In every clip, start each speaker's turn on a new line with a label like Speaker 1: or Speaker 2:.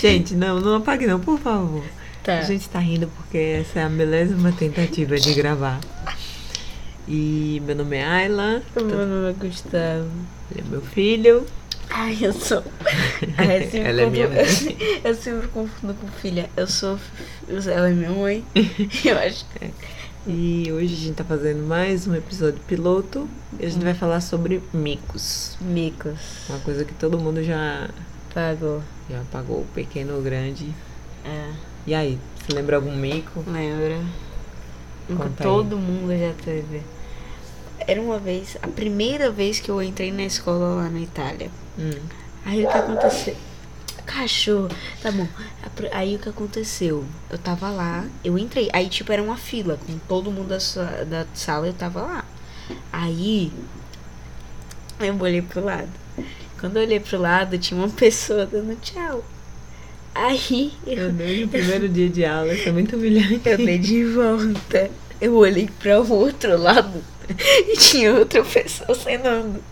Speaker 1: Gente, não, não apague não, por favor.
Speaker 2: Tá.
Speaker 1: A gente tá rindo porque essa é a belésima tentativa de gravar. E meu nome é Ayla,
Speaker 2: Meu nome é Gustavo.
Speaker 1: ele é meu filho.
Speaker 2: Ai, eu sou. Ai, eu sempre
Speaker 1: Ela é minha
Speaker 2: confundo- Eu sempre confundo com filha. Eu sou. eu- Ela é minha mãe. Eu acho.
Speaker 1: E hoje a gente tá fazendo mais um episódio piloto e a gente vai falar sobre micos.
Speaker 2: Micos.
Speaker 1: Uma coisa que todo mundo já,
Speaker 2: Pagou.
Speaker 1: já pagou, o pequeno ou grande.
Speaker 2: É,
Speaker 1: E aí, você lembra algum mico?
Speaker 2: lembra? Nunca
Speaker 1: Conta aí.
Speaker 2: todo mundo já teve. Era uma vez, a primeira vez que eu entrei na escola lá na Itália.
Speaker 1: Hum.
Speaker 2: Aí o que aconteceu? Cachorro, tá bom. A pr- Aí o que aconteceu? Eu tava lá, eu entrei. Aí, tipo, era uma fila com todo mundo da, sa- da sala, eu tava lá. Aí eu olhei pro lado. Quando eu olhei pro lado, tinha uma pessoa dando tchau. Aí eu
Speaker 1: Meu Deus, o primeiro dia de aula, isso é muito humilhante.
Speaker 2: eu dei de volta. Eu olhei pra o outro lado e tinha outra pessoa cenando.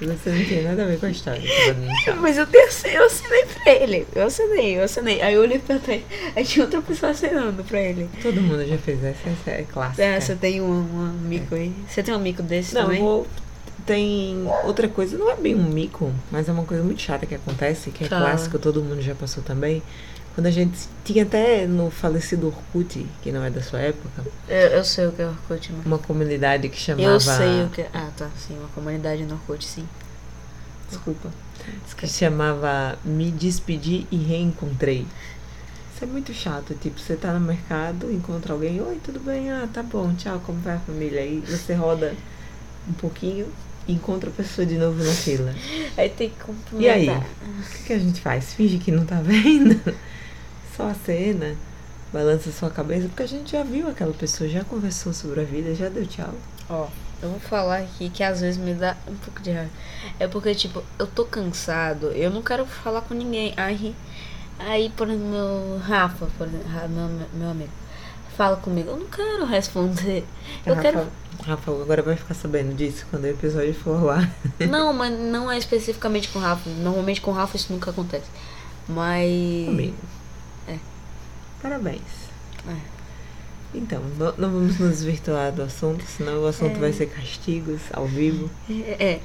Speaker 1: Você não tem nada a ver com a história. tá dando tchau.
Speaker 2: Mas eu, tenho, eu assinei pra ele. Eu assinei, eu assinei. Aí eu olhei pra trás. Aí tinha outra pessoa assinando pra ele.
Speaker 1: Todo mundo já fez essa, essa é clássica.
Speaker 2: Ah, você tem um, um amigo aí? Você tem um amigo desse
Speaker 1: Não,
Speaker 2: também?
Speaker 1: vou- tem outra coisa, não é bem um mico, mas é uma coisa muito chata que acontece, que é
Speaker 2: Tá.
Speaker 1: clássico, todo mundo já passou também. Quando a gente tinha até no falecido Orkut, que não é da sua época,
Speaker 2: Eu, eu sei o que é Orkut, mas...
Speaker 1: uma comunidade que chamava.
Speaker 2: Eu sei o que é... Ah, tá. Sim, uma comunidade no Orkut, sim. Desculpa.
Speaker 1: que chamava Me Despedi e Reencontrei. Isso é muito chato, tipo, você tá no mercado, encontra alguém, oi, tudo bem? Ah, tá bom, tchau, como vai a família? Aí você roda um pouquinho e encontra a pessoa de novo na fila.
Speaker 2: Aí tem que
Speaker 1: E
Speaker 2: cumprimentar.
Speaker 1: aí? O que, que a gente faz? Finge que não tá vendo? Só a cena? Balança sua cabeça? Porque a gente já viu aquela pessoa, já conversou sobre a vida, já deu tchau.
Speaker 2: Ó, eu vou falar aqui que às vezes me dá um pouco de raiva. É porque, tipo, eu tô cansado, eu não quero falar com ninguém. Aí, aí por exemplo, meu Rafa, por exemplo, Ra- meu, meu amigo, fala comigo. Eu não quero responder. Eu
Speaker 1: Rafa,
Speaker 2: quero.
Speaker 1: Rafa agora vai ficar sabendo disso quando o episódio for lá.
Speaker 2: Não, mas não é especificamente com o Rafa. Normalmente com o Rafa isso nunca acontece. Mas.
Speaker 1: Comigo.
Speaker 2: É.
Speaker 1: Parabéns.
Speaker 2: É.
Speaker 1: Então, no- não vamos nos virtuar do assunto, senão o assunto vai ser castigos ao vivo.
Speaker 2: É.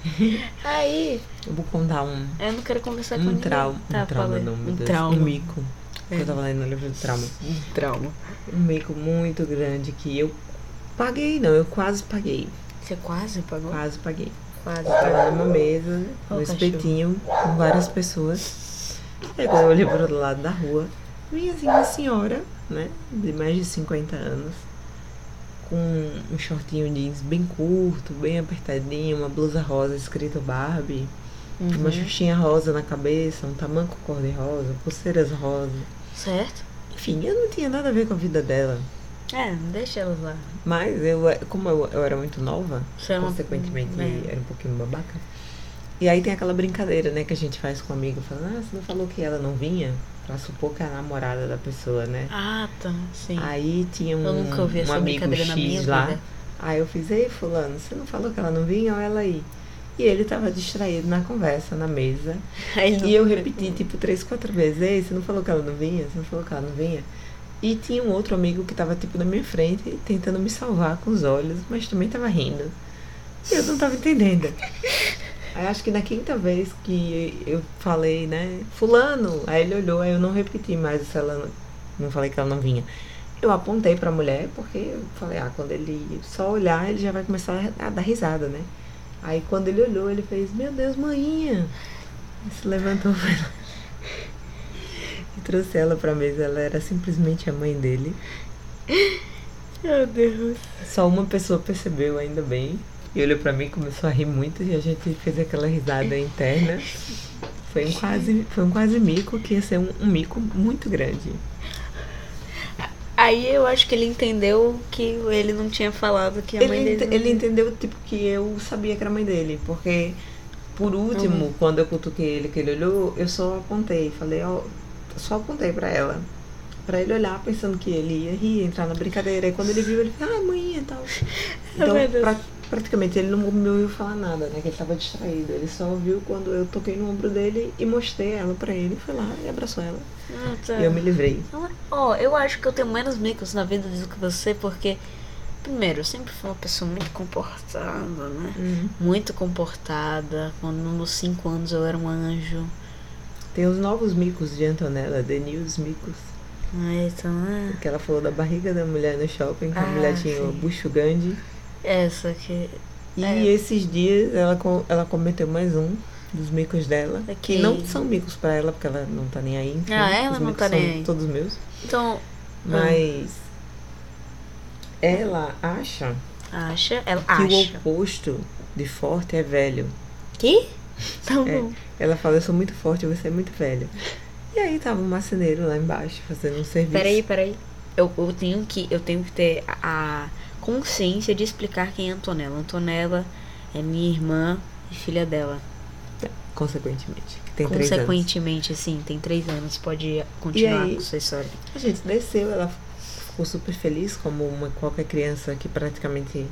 Speaker 2: Aí,
Speaker 1: Eu vou contar um,
Speaker 2: eu não quero conversar com
Speaker 1: um
Speaker 2: ninguém.
Speaker 1: trauma.
Speaker 2: Tá,
Speaker 1: um trauma,
Speaker 2: fala.
Speaker 1: não, meu
Speaker 2: um
Speaker 1: Deus.
Speaker 2: trauma.
Speaker 1: Um mico.
Speaker 2: É.
Speaker 1: Eu tava lendo no livro do trauma.
Speaker 2: Um trauma.
Speaker 1: um mico muito grande que eu paguei, não, eu quase paguei.
Speaker 2: Você quase pagou?
Speaker 1: Quase Ah, é, paguei.
Speaker 2: Quase
Speaker 1: Eu tava
Speaker 2: pagou.
Speaker 1: numa mesa,
Speaker 2: Ó,
Speaker 1: um
Speaker 2: o cachorro.
Speaker 1: espetinho, com várias pessoas. Aí quando eu olhei pro outro lado da rua, vinha assim uma senhora, né, de mais de 50 anos, com um shortinho jeans bem curto, bem apertadinho, uma blusa rosa escrito Barbie, uma
Speaker 2: Uhum.
Speaker 1: xuxinha rosa na cabeça, um tamanco cor-de-rosa, pulseiras rosa.
Speaker 2: Certo?
Speaker 1: Enfim, eu não tinha nada a ver com a vida dela.
Speaker 2: É, deixa elas lá.
Speaker 1: Mas eu, como eu, eu era muito nova,
Speaker 2: Você é uma-
Speaker 1: consequentemente
Speaker 2: é.
Speaker 1: era um pouquinho babaca. E aí tem aquela brincadeira, né, que a gente faz com o amigo, falando, ah, você não falou que ela não vinha? Pra supor que é a namorada da pessoa, né?
Speaker 2: Ah, tá. Sim.
Speaker 1: Aí tinha um,
Speaker 2: eu nunca ouvi
Speaker 1: um
Speaker 2: essa
Speaker 1: amigo
Speaker 2: brincadeira na minha
Speaker 1: X lá.
Speaker 2: vida.
Speaker 1: Aí eu fiz, ei fulano, você não falou que ela não vinha? Olha ela aí. E ele tava distraído na conversa, na mesa.
Speaker 2: Aí não-
Speaker 1: E eu repeti, tipo, três, quatro vezes. Ei, você não falou que ela não vinha? Você não falou que ela não vinha? E tinha um outro amigo que tava, tipo, na minha frente, tentando me salvar com os olhos, mas também tava rindo. E eu não tava entendendo. Aí acho que na quinta vez que eu falei, né, fulano, aí ele olhou, aí eu não repeti mais se ela não, não falei que ela não vinha. Eu apontei pra mulher, porque eu falei, ah, quando ele só olhar, ele já vai começar a dar risada, né? Aí quando ele olhou, ele fez, meu Deus, manhinha! Aí Se levantou foi lá. e trouxe ela pra mesa. Ela era simplesmente a mãe dele.
Speaker 2: Meu Deus.
Speaker 1: Só uma pessoa percebeu, ainda bem. E olhou pra mim, começou a rir muito e a gente fez aquela risada interna. Foi um quase, foi um quase mico, que ia ser um, um mico muito grande.
Speaker 2: Aí eu acho que ele entendeu que ele não tinha falado que a
Speaker 1: Ele,
Speaker 2: mãe dele.
Speaker 1: ente-
Speaker 2: não-
Speaker 1: ele entendeu, tipo, que eu sabia que era a mãe dele, porque por
Speaker 2: Uhum.
Speaker 1: último, quando eu cutuquei ele, que ele olhou, eu só apontei, falei, ó, só apontei pra ela. Pra ele olhar pensando que ele ia rir, entrar na brincadeira. E quando ele viu, ele falou, ah, mãe e tal. Então,
Speaker 2: meu Deus.
Speaker 1: pra Praticamente ele não me ouviu falar nada, né? Que ele tava distraído. Ele só ouviu quando eu toquei no ombro dele e mostrei ela pra ele. Foi lá e abraçou ela.
Speaker 2: Ah, tá.
Speaker 1: E eu me livrei.
Speaker 2: Ela- Ó, eu acho que eu tenho menos micos na vida do que você, porque, primeiro, eu sempre fui uma pessoa muito comportada, né? Muito comportada. Quando nos 5 anos eu era um anjo.
Speaker 1: Tem os novos micos de Antonella, The News Micos.
Speaker 2: Né? Então, né?
Speaker 1: Que ela falou da barriga da mulher no shopping, que a
Speaker 2: Ah,
Speaker 1: mulher tinha o
Speaker 2: sim.
Speaker 1: bucho grande.
Speaker 2: essa que.
Speaker 1: E
Speaker 2: É.
Speaker 1: esses dias ela, co- ela cometeu mais um dos micos dela.
Speaker 2: Ok.
Speaker 1: Que não são micos pra ela, porque ela não tá nem aí. enfim.
Speaker 2: É Ah, ela
Speaker 1: Os
Speaker 2: não
Speaker 1: micos
Speaker 2: tá nem
Speaker 1: são
Speaker 2: aí.
Speaker 1: todos meus.
Speaker 2: Então,
Speaker 1: Mas ela acha
Speaker 2: acha. Ela
Speaker 1: que o
Speaker 2: acha.
Speaker 1: oposto de forte é velho.
Speaker 2: Que? Tá
Speaker 1: É.
Speaker 2: bom.
Speaker 1: Ela fala, eu sou muito forte, você é muito velho. E aí tava um marceneiro lá embaixo fazendo um serviço.
Speaker 2: Peraí, peraí. Eu, eu tenho que eu tenho que ter a a consciência de explicar quem é Antonella. Antonella é minha irmã e filha dela.
Speaker 1: Consequentemente. Que tem três anos.
Speaker 2: Consequentemente, assim, tem três anos. Pode
Speaker 1: E
Speaker 2: continuar
Speaker 1: aí?
Speaker 2: com sua história.
Speaker 1: A gente desceu, ela ficou super feliz, como uma qualquer criança que praticamente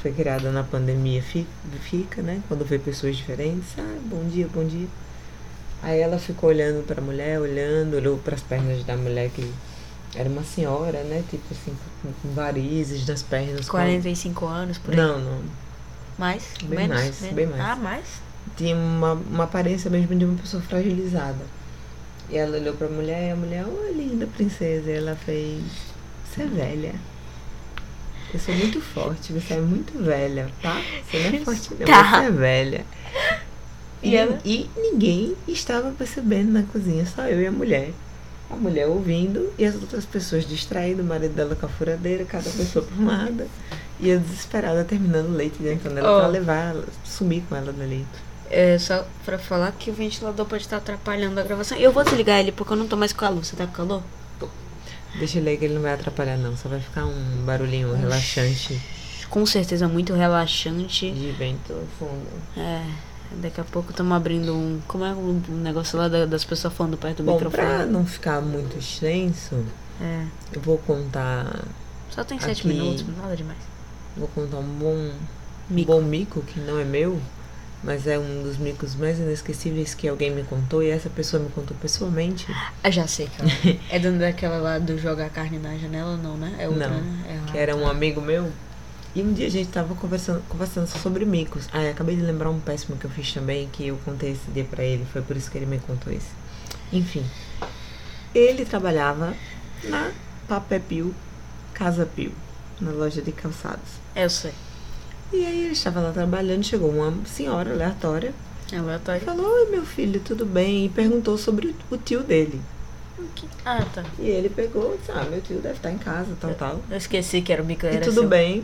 Speaker 1: foi criada na pandemia fi- fica, né? Quando vê pessoas diferentes, ah, bom dia, bom dia. Aí ela ficou olhando pra mulher, olhando, olhou pras pernas da mulher que era uma senhora, né? Tipo assim, com, com varizes nas pernas. com-
Speaker 2: 45 anos, por aí.
Speaker 1: Não, não.
Speaker 2: Mais?
Speaker 1: Bem
Speaker 2: menos?
Speaker 1: mais,
Speaker 2: Menos?
Speaker 1: bem mais.
Speaker 2: Ah, mais?
Speaker 1: tinha uma, uma aparência mesmo de uma pessoa fragilizada. E ela olhou pra mulher e a mulher, oh, linda princesa. E ela fez, você é velha. Eu sou muito forte, você é muito velha, tá? Você não é forte não,
Speaker 2: Tá.
Speaker 1: você é velha.
Speaker 2: E
Speaker 1: E,
Speaker 2: ela?
Speaker 1: e ninguém estava percebendo na cozinha, só eu e a mulher. A mulher ouvindo e as outras pessoas distraídas, o marido dela com a furadeira, cada pessoa pra um lado. E eu desesperada terminando o leite de Antonella
Speaker 2: Oh.
Speaker 1: pra levar, ela- sumir com ela dali.
Speaker 2: É só pra falar que o ventilador pode estar atrapalhando a gravação. Eu vou desligar ele porque eu não tô mais com calor. Você tá com calor?
Speaker 1: Deixa ele aí que ele não vai atrapalhar não, só vai ficar um barulhinho relaxante
Speaker 2: Com certeza, muito relaxante.
Speaker 1: de vento fundo.
Speaker 2: É, daqui a pouco estamos abrindo um. Como é o negócio lá da- das pessoas falando perto do
Speaker 1: Bom, pra
Speaker 2: microfone?
Speaker 1: não ficar muito extenso,
Speaker 2: É.
Speaker 1: eu vou contar,
Speaker 2: Só tem
Speaker 1: Aqui.
Speaker 2: sete minutos, nada demais.
Speaker 1: vou contar um bom, um
Speaker 2: Mico.
Speaker 1: bom mico que não é meu, mas é um dos micos mais inesquecíveis que alguém me contou e essa pessoa me contou pessoalmente.
Speaker 2: Ah, já sei, cara. é dando daquela lá do jogar carne na janela, não, né? É outra,
Speaker 1: Não,
Speaker 2: né? É
Speaker 1: que era um amigo meu. E um dia a gente tava conversando, conversando só sobre micos. Ah, eu acabei de lembrar um péssimo que eu fiz também, que eu contei esse dia pra ele, foi por isso que ele me contou esse. Enfim. Ele trabalhava na Papé Pio, Casa Pio, na loja de calçados.
Speaker 2: É, Eu sei.
Speaker 1: E aí ele estava lá trabalhando, chegou uma senhora aleatória
Speaker 2: É
Speaker 1: e
Speaker 2: aleatório.
Speaker 1: falou, oi meu filho, tudo bem? E perguntou sobre o- o tio dele.
Speaker 2: Ah, tá.
Speaker 1: E ele pegou e disse, ah, meu tio deve estar em casa, tal, tal.
Speaker 2: Eu esqueci que era o bico
Speaker 1: E
Speaker 2: era
Speaker 1: tudo
Speaker 2: seu.
Speaker 1: bem,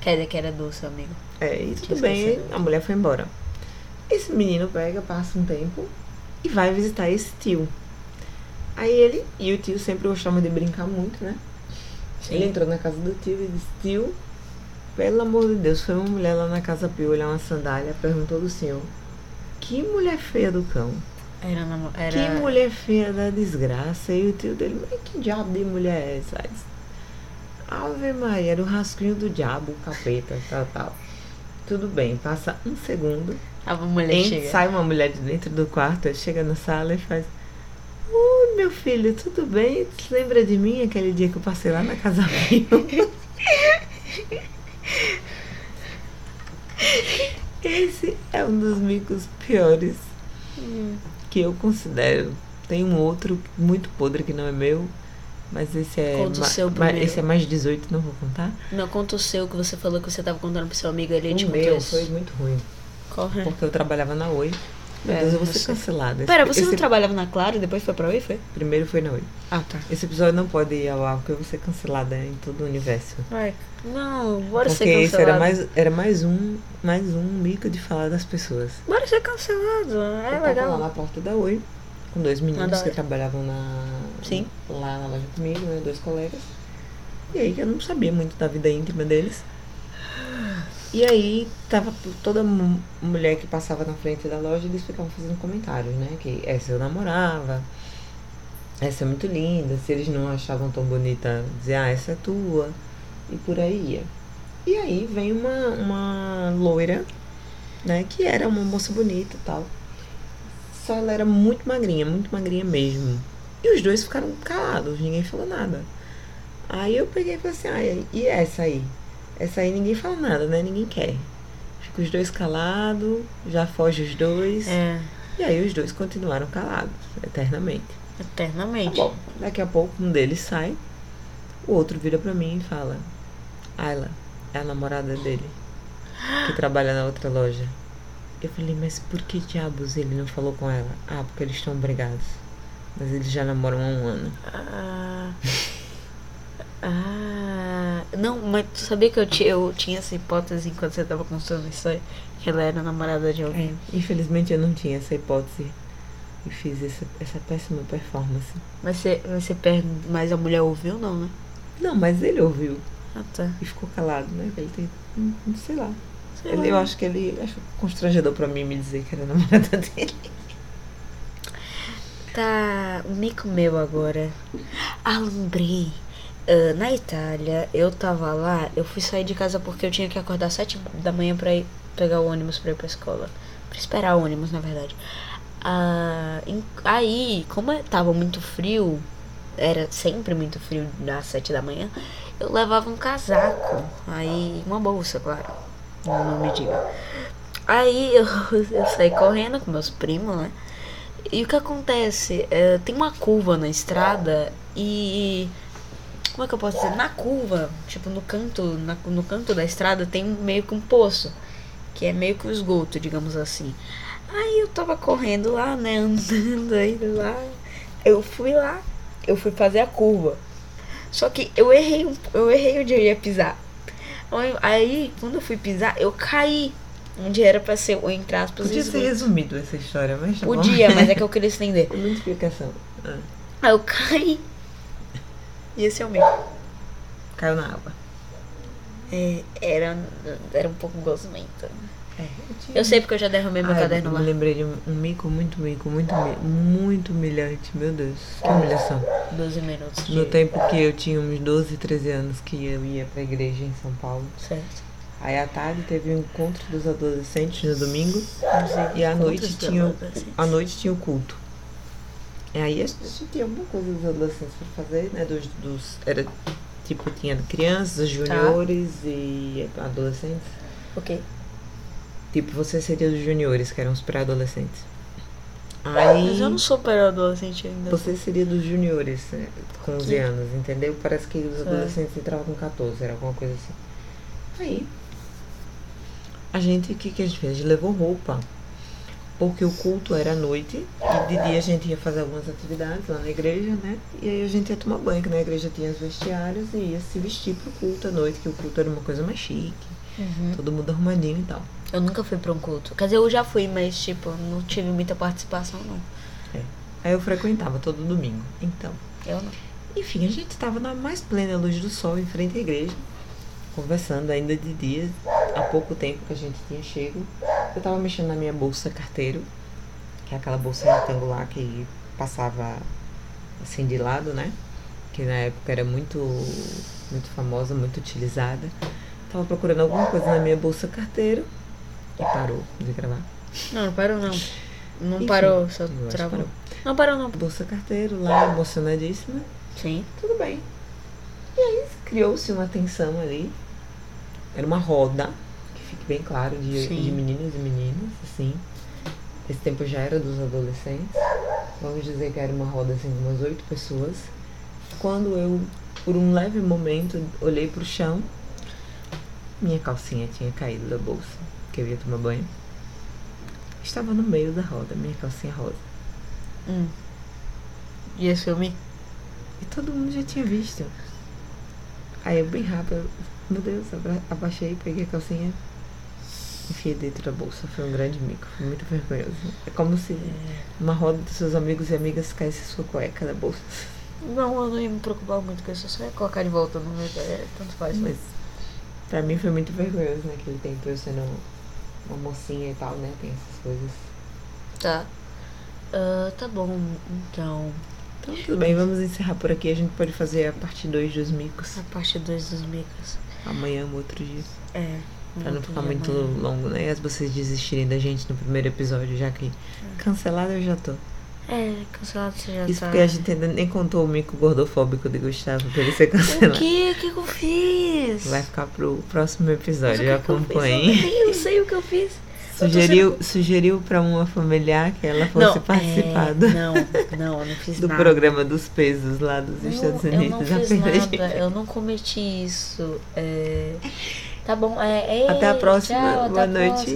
Speaker 2: Quer dizer que era doce, amigo.
Speaker 1: É, e tudo
Speaker 2: Tinha
Speaker 1: bem,
Speaker 2: esquecido.
Speaker 1: a mulher foi embora. Esse menino pega, passa um tempo e vai visitar esse tio. Aí ele, e o tio sempre gostava de brincar muito, né? Ele entrou na casa do tio e disse: Tio, pelo amor de Deus, foi uma mulher lá na casa pra eu olhar uma sandália, perguntou do senhor: Que mulher feia do cão?
Speaker 2: Era namorado. Era...
Speaker 1: Que mulher feia da desgraça. E o tio dele, mas que diabo de mulher é essa? Aí disse, Ave Maria, era o rascunho do diabo, o capeta, tal, tal. Tudo bem, passa um segundo,
Speaker 2: A mulher
Speaker 1: en-
Speaker 2: chega.
Speaker 1: sai uma mulher de dentro do quarto, chega na sala e faz. Oi, meu filho, tudo bem? Tu lembra de mim aquele dia que eu passei lá na casa minha? Esse é um dos micos piores
Speaker 2: Hum.
Speaker 1: que eu considero. Tem um outro muito podre que não é meu, mas esse é
Speaker 2: Conta o
Speaker 1: ma-
Speaker 2: seu
Speaker 1: ma-
Speaker 2: primeiro.
Speaker 1: esse é mais 18, não vou contar.
Speaker 2: Não, conta o seu que você falou que você tava contando pro seu amigo ali.
Speaker 1: o
Speaker 2: te contou
Speaker 1: meu
Speaker 2: isso.
Speaker 1: foi muito ruim,
Speaker 2: Qual é? foi?
Speaker 1: porque eu trabalhava na Oi. Meu
Speaker 2: É,
Speaker 1: Deus, eu vou
Speaker 2: eu
Speaker 1: ser
Speaker 2: sei.
Speaker 1: cancelada.
Speaker 2: Pera,
Speaker 1: Esse-
Speaker 2: você não
Speaker 1: esse
Speaker 2: trabalhava na Claro e depois foi pra Oi, foi?
Speaker 1: primeiro foi na Oi.
Speaker 2: Ah, tá.
Speaker 1: Esse episódio não pode ir ao ar, porque eu vou ser cancelada em todo o universo.
Speaker 2: Vai. Não, bora
Speaker 1: porque
Speaker 2: ser
Speaker 1: esse era
Speaker 2: cancelado.
Speaker 1: mais, era mais um, mais um mico de falar das pessoas.
Speaker 2: Bora ser cancelado. É
Speaker 1: eu tava lá
Speaker 2: legal.
Speaker 1: na porta da Oi, com dois
Speaker 2: Na da
Speaker 1: meninos que
Speaker 2: Oi.
Speaker 1: trabalhavam na,
Speaker 2: Sim.
Speaker 1: lá na loja comigo, né? Dois colegas. E aí que eu não sabia muito da vida íntima deles. E aí tava toda mu- mulher que passava na frente da loja, eles ficavam fazendo comentários, né? Que essa eu namorava, essa é muito linda, se eles não achavam tão bonita, dizer, ah, essa é tua. E por aí ia. E aí vem uma, uma loira, né? Que era uma moça bonita e tal. Só ela era muito magrinha, muito magrinha mesmo. E os dois ficaram calados, ninguém falou nada. Aí eu peguei e falei assim, ah, e essa aí? Essa aí ninguém fala nada, né? Ninguém quer. Fica os dois calados, já foge os dois.
Speaker 2: É,
Speaker 1: E aí os dois continuaram calados, eternamente. Tá
Speaker 2: eternamente.
Speaker 1: bom. Daqui a pouco um deles sai, o outro vira pra mim e fala: Ayla, é a namorada dele, que trabalha na outra loja. Eu falei, mas por que diabos ele não falou com ela? Ah, porque eles estão brigados. Mas eles já namoram há um ano.
Speaker 2: Ah, ah, não, mas tu sabia que eu, ti- eu tinha essa hipótese enquanto você tava construindo isso aí? Que ela era namorada de alguém.
Speaker 1: É, infelizmente eu não tinha essa hipótese e fiz essa, essa péssima performance.
Speaker 2: Mas você, mas você pergunta, mas a mulher ouviu não, né?
Speaker 1: Não, mas ele ouviu
Speaker 2: Ah, tá.
Speaker 1: e ficou calado, né? Ele tem. hum, Sei lá.
Speaker 2: Sei
Speaker 1: Ele,
Speaker 2: lá.
Speaker 1: eu acho que ele achou constrangedor pra mim me dizer que era a namorada dele.
Speaker 2: Tá, me comeu agora. Ah, lembrei. Ah, na Itália, eu tava lá, eu fui sair de casa porque eu tinha que acordar sete da manhã pra ir pegar o ônibus pra ir pra escola. Pra esperar o ônibus, na verdade. Ah, em- aí, como é- tava muito frio, era sempre muito frio às sete da manhã, eu levava um casaco. Aí, uma bolsa, claro. Não me diga. Aí eu, eu saí correndo com meus primos, né? E o que acontece? É, tem uma curva na estrada e. Como é que eu posso dizer? Na curva, tipo, no canto, na- no canto da estrada tem um- meio que um poço. Que é meio que um esgoto, digamos assim. Aí eu tava correndo lá, né? Andando aí lá. Eu fui lá, eu fui fazer a curva. Só que eu errei, um- eu errei onde eu ia pisar. Aí- Aí, quando eu fui pisar, eu caí. Onde era pra ser, entre aspas,
Speaker 1: Podia ser
Speaker 2: esgoto.
Speaker 1: resumido essa história, mas tá bom.
Speaker 2: Podia, mas é que eu queria estender.
Speaker 1: É muita explicação. Ah,
Speaker 2: Aí eu caí. E esse é o meu.
Speaker 1: caiu na água.
Speaker 2: É, era, era um pouco gosmento.
Speaker 1: É,
Speaker 2: Eu sei porque eu já derramei é meu
Speaker 1: Ai,
Speaker 2: caderno
Speaker 1: eu
Speaker 2: lá.
Speaker 1: me lembrei de um um mico muito mico, muito mi- muito humilhante, meu Deus, que humilhação.
Speaker 2: 12 minutos. De...
Speaker 1: No tempo que eu tinha uns 12, 13 anos que eu ia pra igreja em São Paulo.
Speaker 2: Certo.
Speaker 1: Aí à tarde teve o encontro dos adolescentes no domingo
Speaker 2: Não sei.
Speaker 1: e à noite
Speaker 2: Quantos
Speaker 1: tinha o,
Speaker 2: adolescentes?
Speaker 1: à noite tinha o culto. E aí a gente tinha alguma coisa dos adolescentes pra fazer, né? Dos, dos era tipo tinha crianças, juniores e adolescentes.
Speaker 2: Ok.
Speaker 1: Tipo, você seria dos juniores, que eram os pré-adolescentes. Aí
Speaker 2: Mas eu não sou pré-adolescente ainda.
Speaker 1: você seria dos juniores, né, com 11
Speaker 2: Sim.
Speaker 1: anos, entendeu? Parece que os
Speaker 2: Certo.
Speaker 1: adolescentes entravam com 14, era alguma coisa assim. Aí, a gente, o que, que a gente fez? A gente levou roupa, porque o culto era à noite, e de dia a gente ia fazer algumas atividades lá na igreja, né? E aí a gente ia tomar banho, que na igreja tinha os vestiários, e ia se vestir pro culto à noite, que o culto era uma coisa mais chique,
Speaker 2: Uhum.
Speaker 1: todo mundo arrumadinho e tal.
Speaker 2: Eu nunca fui pra um culto. Quer dizer, eu já fui, mas tipo, não tive muita participação, não.
Speaker 1: Aí eu frequentava todo domingo, então.
Speaker 2: Eu não.
Speaker 1: Enfim, a gente estava na mais plena luz do sol em frente à igreja, conversando ainda de dia, há pouco tempo que a gente tinha chego. Eu estava mexendo na minha bolsa carteiro, que é aquela bolsa retangular que passava assim de lado, né? Que na época era muito, muito famosa, muito utilizada. Estava procurando alguma coisa na minha bolsa carteiro e parou de gravar.
Speaker 2: Não, não parou, não. Não
Speaker 1: Enfim,
Speaker 2: parou, só
Speaker 1: eu acho que
Speaker 2: travou.
Speaker 1: parou.
Speaker 2: Não parou, não.
Speaker 1: Bolsa carteiro lá, emocionadíssima.
Speaker 2: Sim.
Speaker 1: tudo bem. E aí criou-se uma tensão ali. Era uma roda, que fique bem claro, de,
Speaker 2: Sim.
Speaker 1: de meninos e meninas, assim. Esse tempo já era dos adolescentes. Vamos dizer que era uma roda assim, de umas oito pessoas. Quando eu, por um leve momento, olhei pro chão, minha calcinha tinha caído da bolsa, que eu ia tomar banho. Estava no meio da roda, minha calcinha rosa.
Speaker 2: Hum. E esse filme?
Speaker 1: E todo mundo já tinha visto. Aí eu bem rápido, eu, meu Deus, abra- abaixei, peguei a calcinha, enfiei dentro da bolsa. Foi um grande mico, foi muito vergonhoso. É como se uma roda dos seus amigos e amigas caísse sua cueca da bolsa.
Speaker 2: Não, eu não ia me preocupar muito com isso. Eu só ia colocar de volta no meu. É, tanto faz.
Speaker 1: Mas pra mim foi muito vergonhoso naquele tempo, eu sendo uma mocinha e tal, né? Tem essas coisas.
Speaker 2: Tá. Ah, tá bom, então.
Speaker 1: Então tudo bem, vamos encerrar por aqui. A gente pode fazer a parte 2 dos micos.
Speaker 2: A parte 2 dos micas.
Speaker 1: Amanhã é um outro dia.
Speaker 2: É.
Speaker 1: Pra não
Speaker 2: muito
Speaker 1: ficar
Speaker 2: de
Speaker 1: muito
Speaker 2: amanhã.
Speaker 1: longo, né? E as vocês desistirem da gente no primeiro episódio, já que cancelado eu já tô.
Speaker 2: É, cancelado você já
Speaker 1: Isso
Speaker 2: tá.
Speaker 1: porque a gente ainda nem contou o mico gordofóbico de Gustavo pra ele ser
Speaker 2: O
Speaker 1: cancelado.
Speaker 2: que? O que que eu fiz?
Speaker 1: Vai ficar pro próximo
Speaker 2: Mas o
Speaker 1: episódio,
Speaker 2: que
Speaker 1: eu
Speaker 2: que eu fiz?
Speaker 1: acompanhe.
Speaker 2: Eu, nem sei o que eu fiz. Eu tô
Speaker 1: Sugeriu, sugeriu pra uma familiar que ela fosse
Speaker 2: é,
Speaker 1: participar do,
Speaker 2: não, não, eu não fiz
Speaker 1: do
Speaker 2: nada.
Speaker 1: programa dos pesos lá dos Estados
Speaker 2: Não, Eu não
Speaker 1: Unidos.
Speaker 2: fiz
Speaker 1: Apenas gente.
Speaker 2: nada, eu não cometi isso. é. Tá bom, é,
Speaker 1: Até a
Speaker 2: ei,
Speaker 1: próxima.
Speaker 2: tchau, até
Speaker 1: Boa
Speaker 2: a
Speaker 1: noite.
Speaker 2: próxima.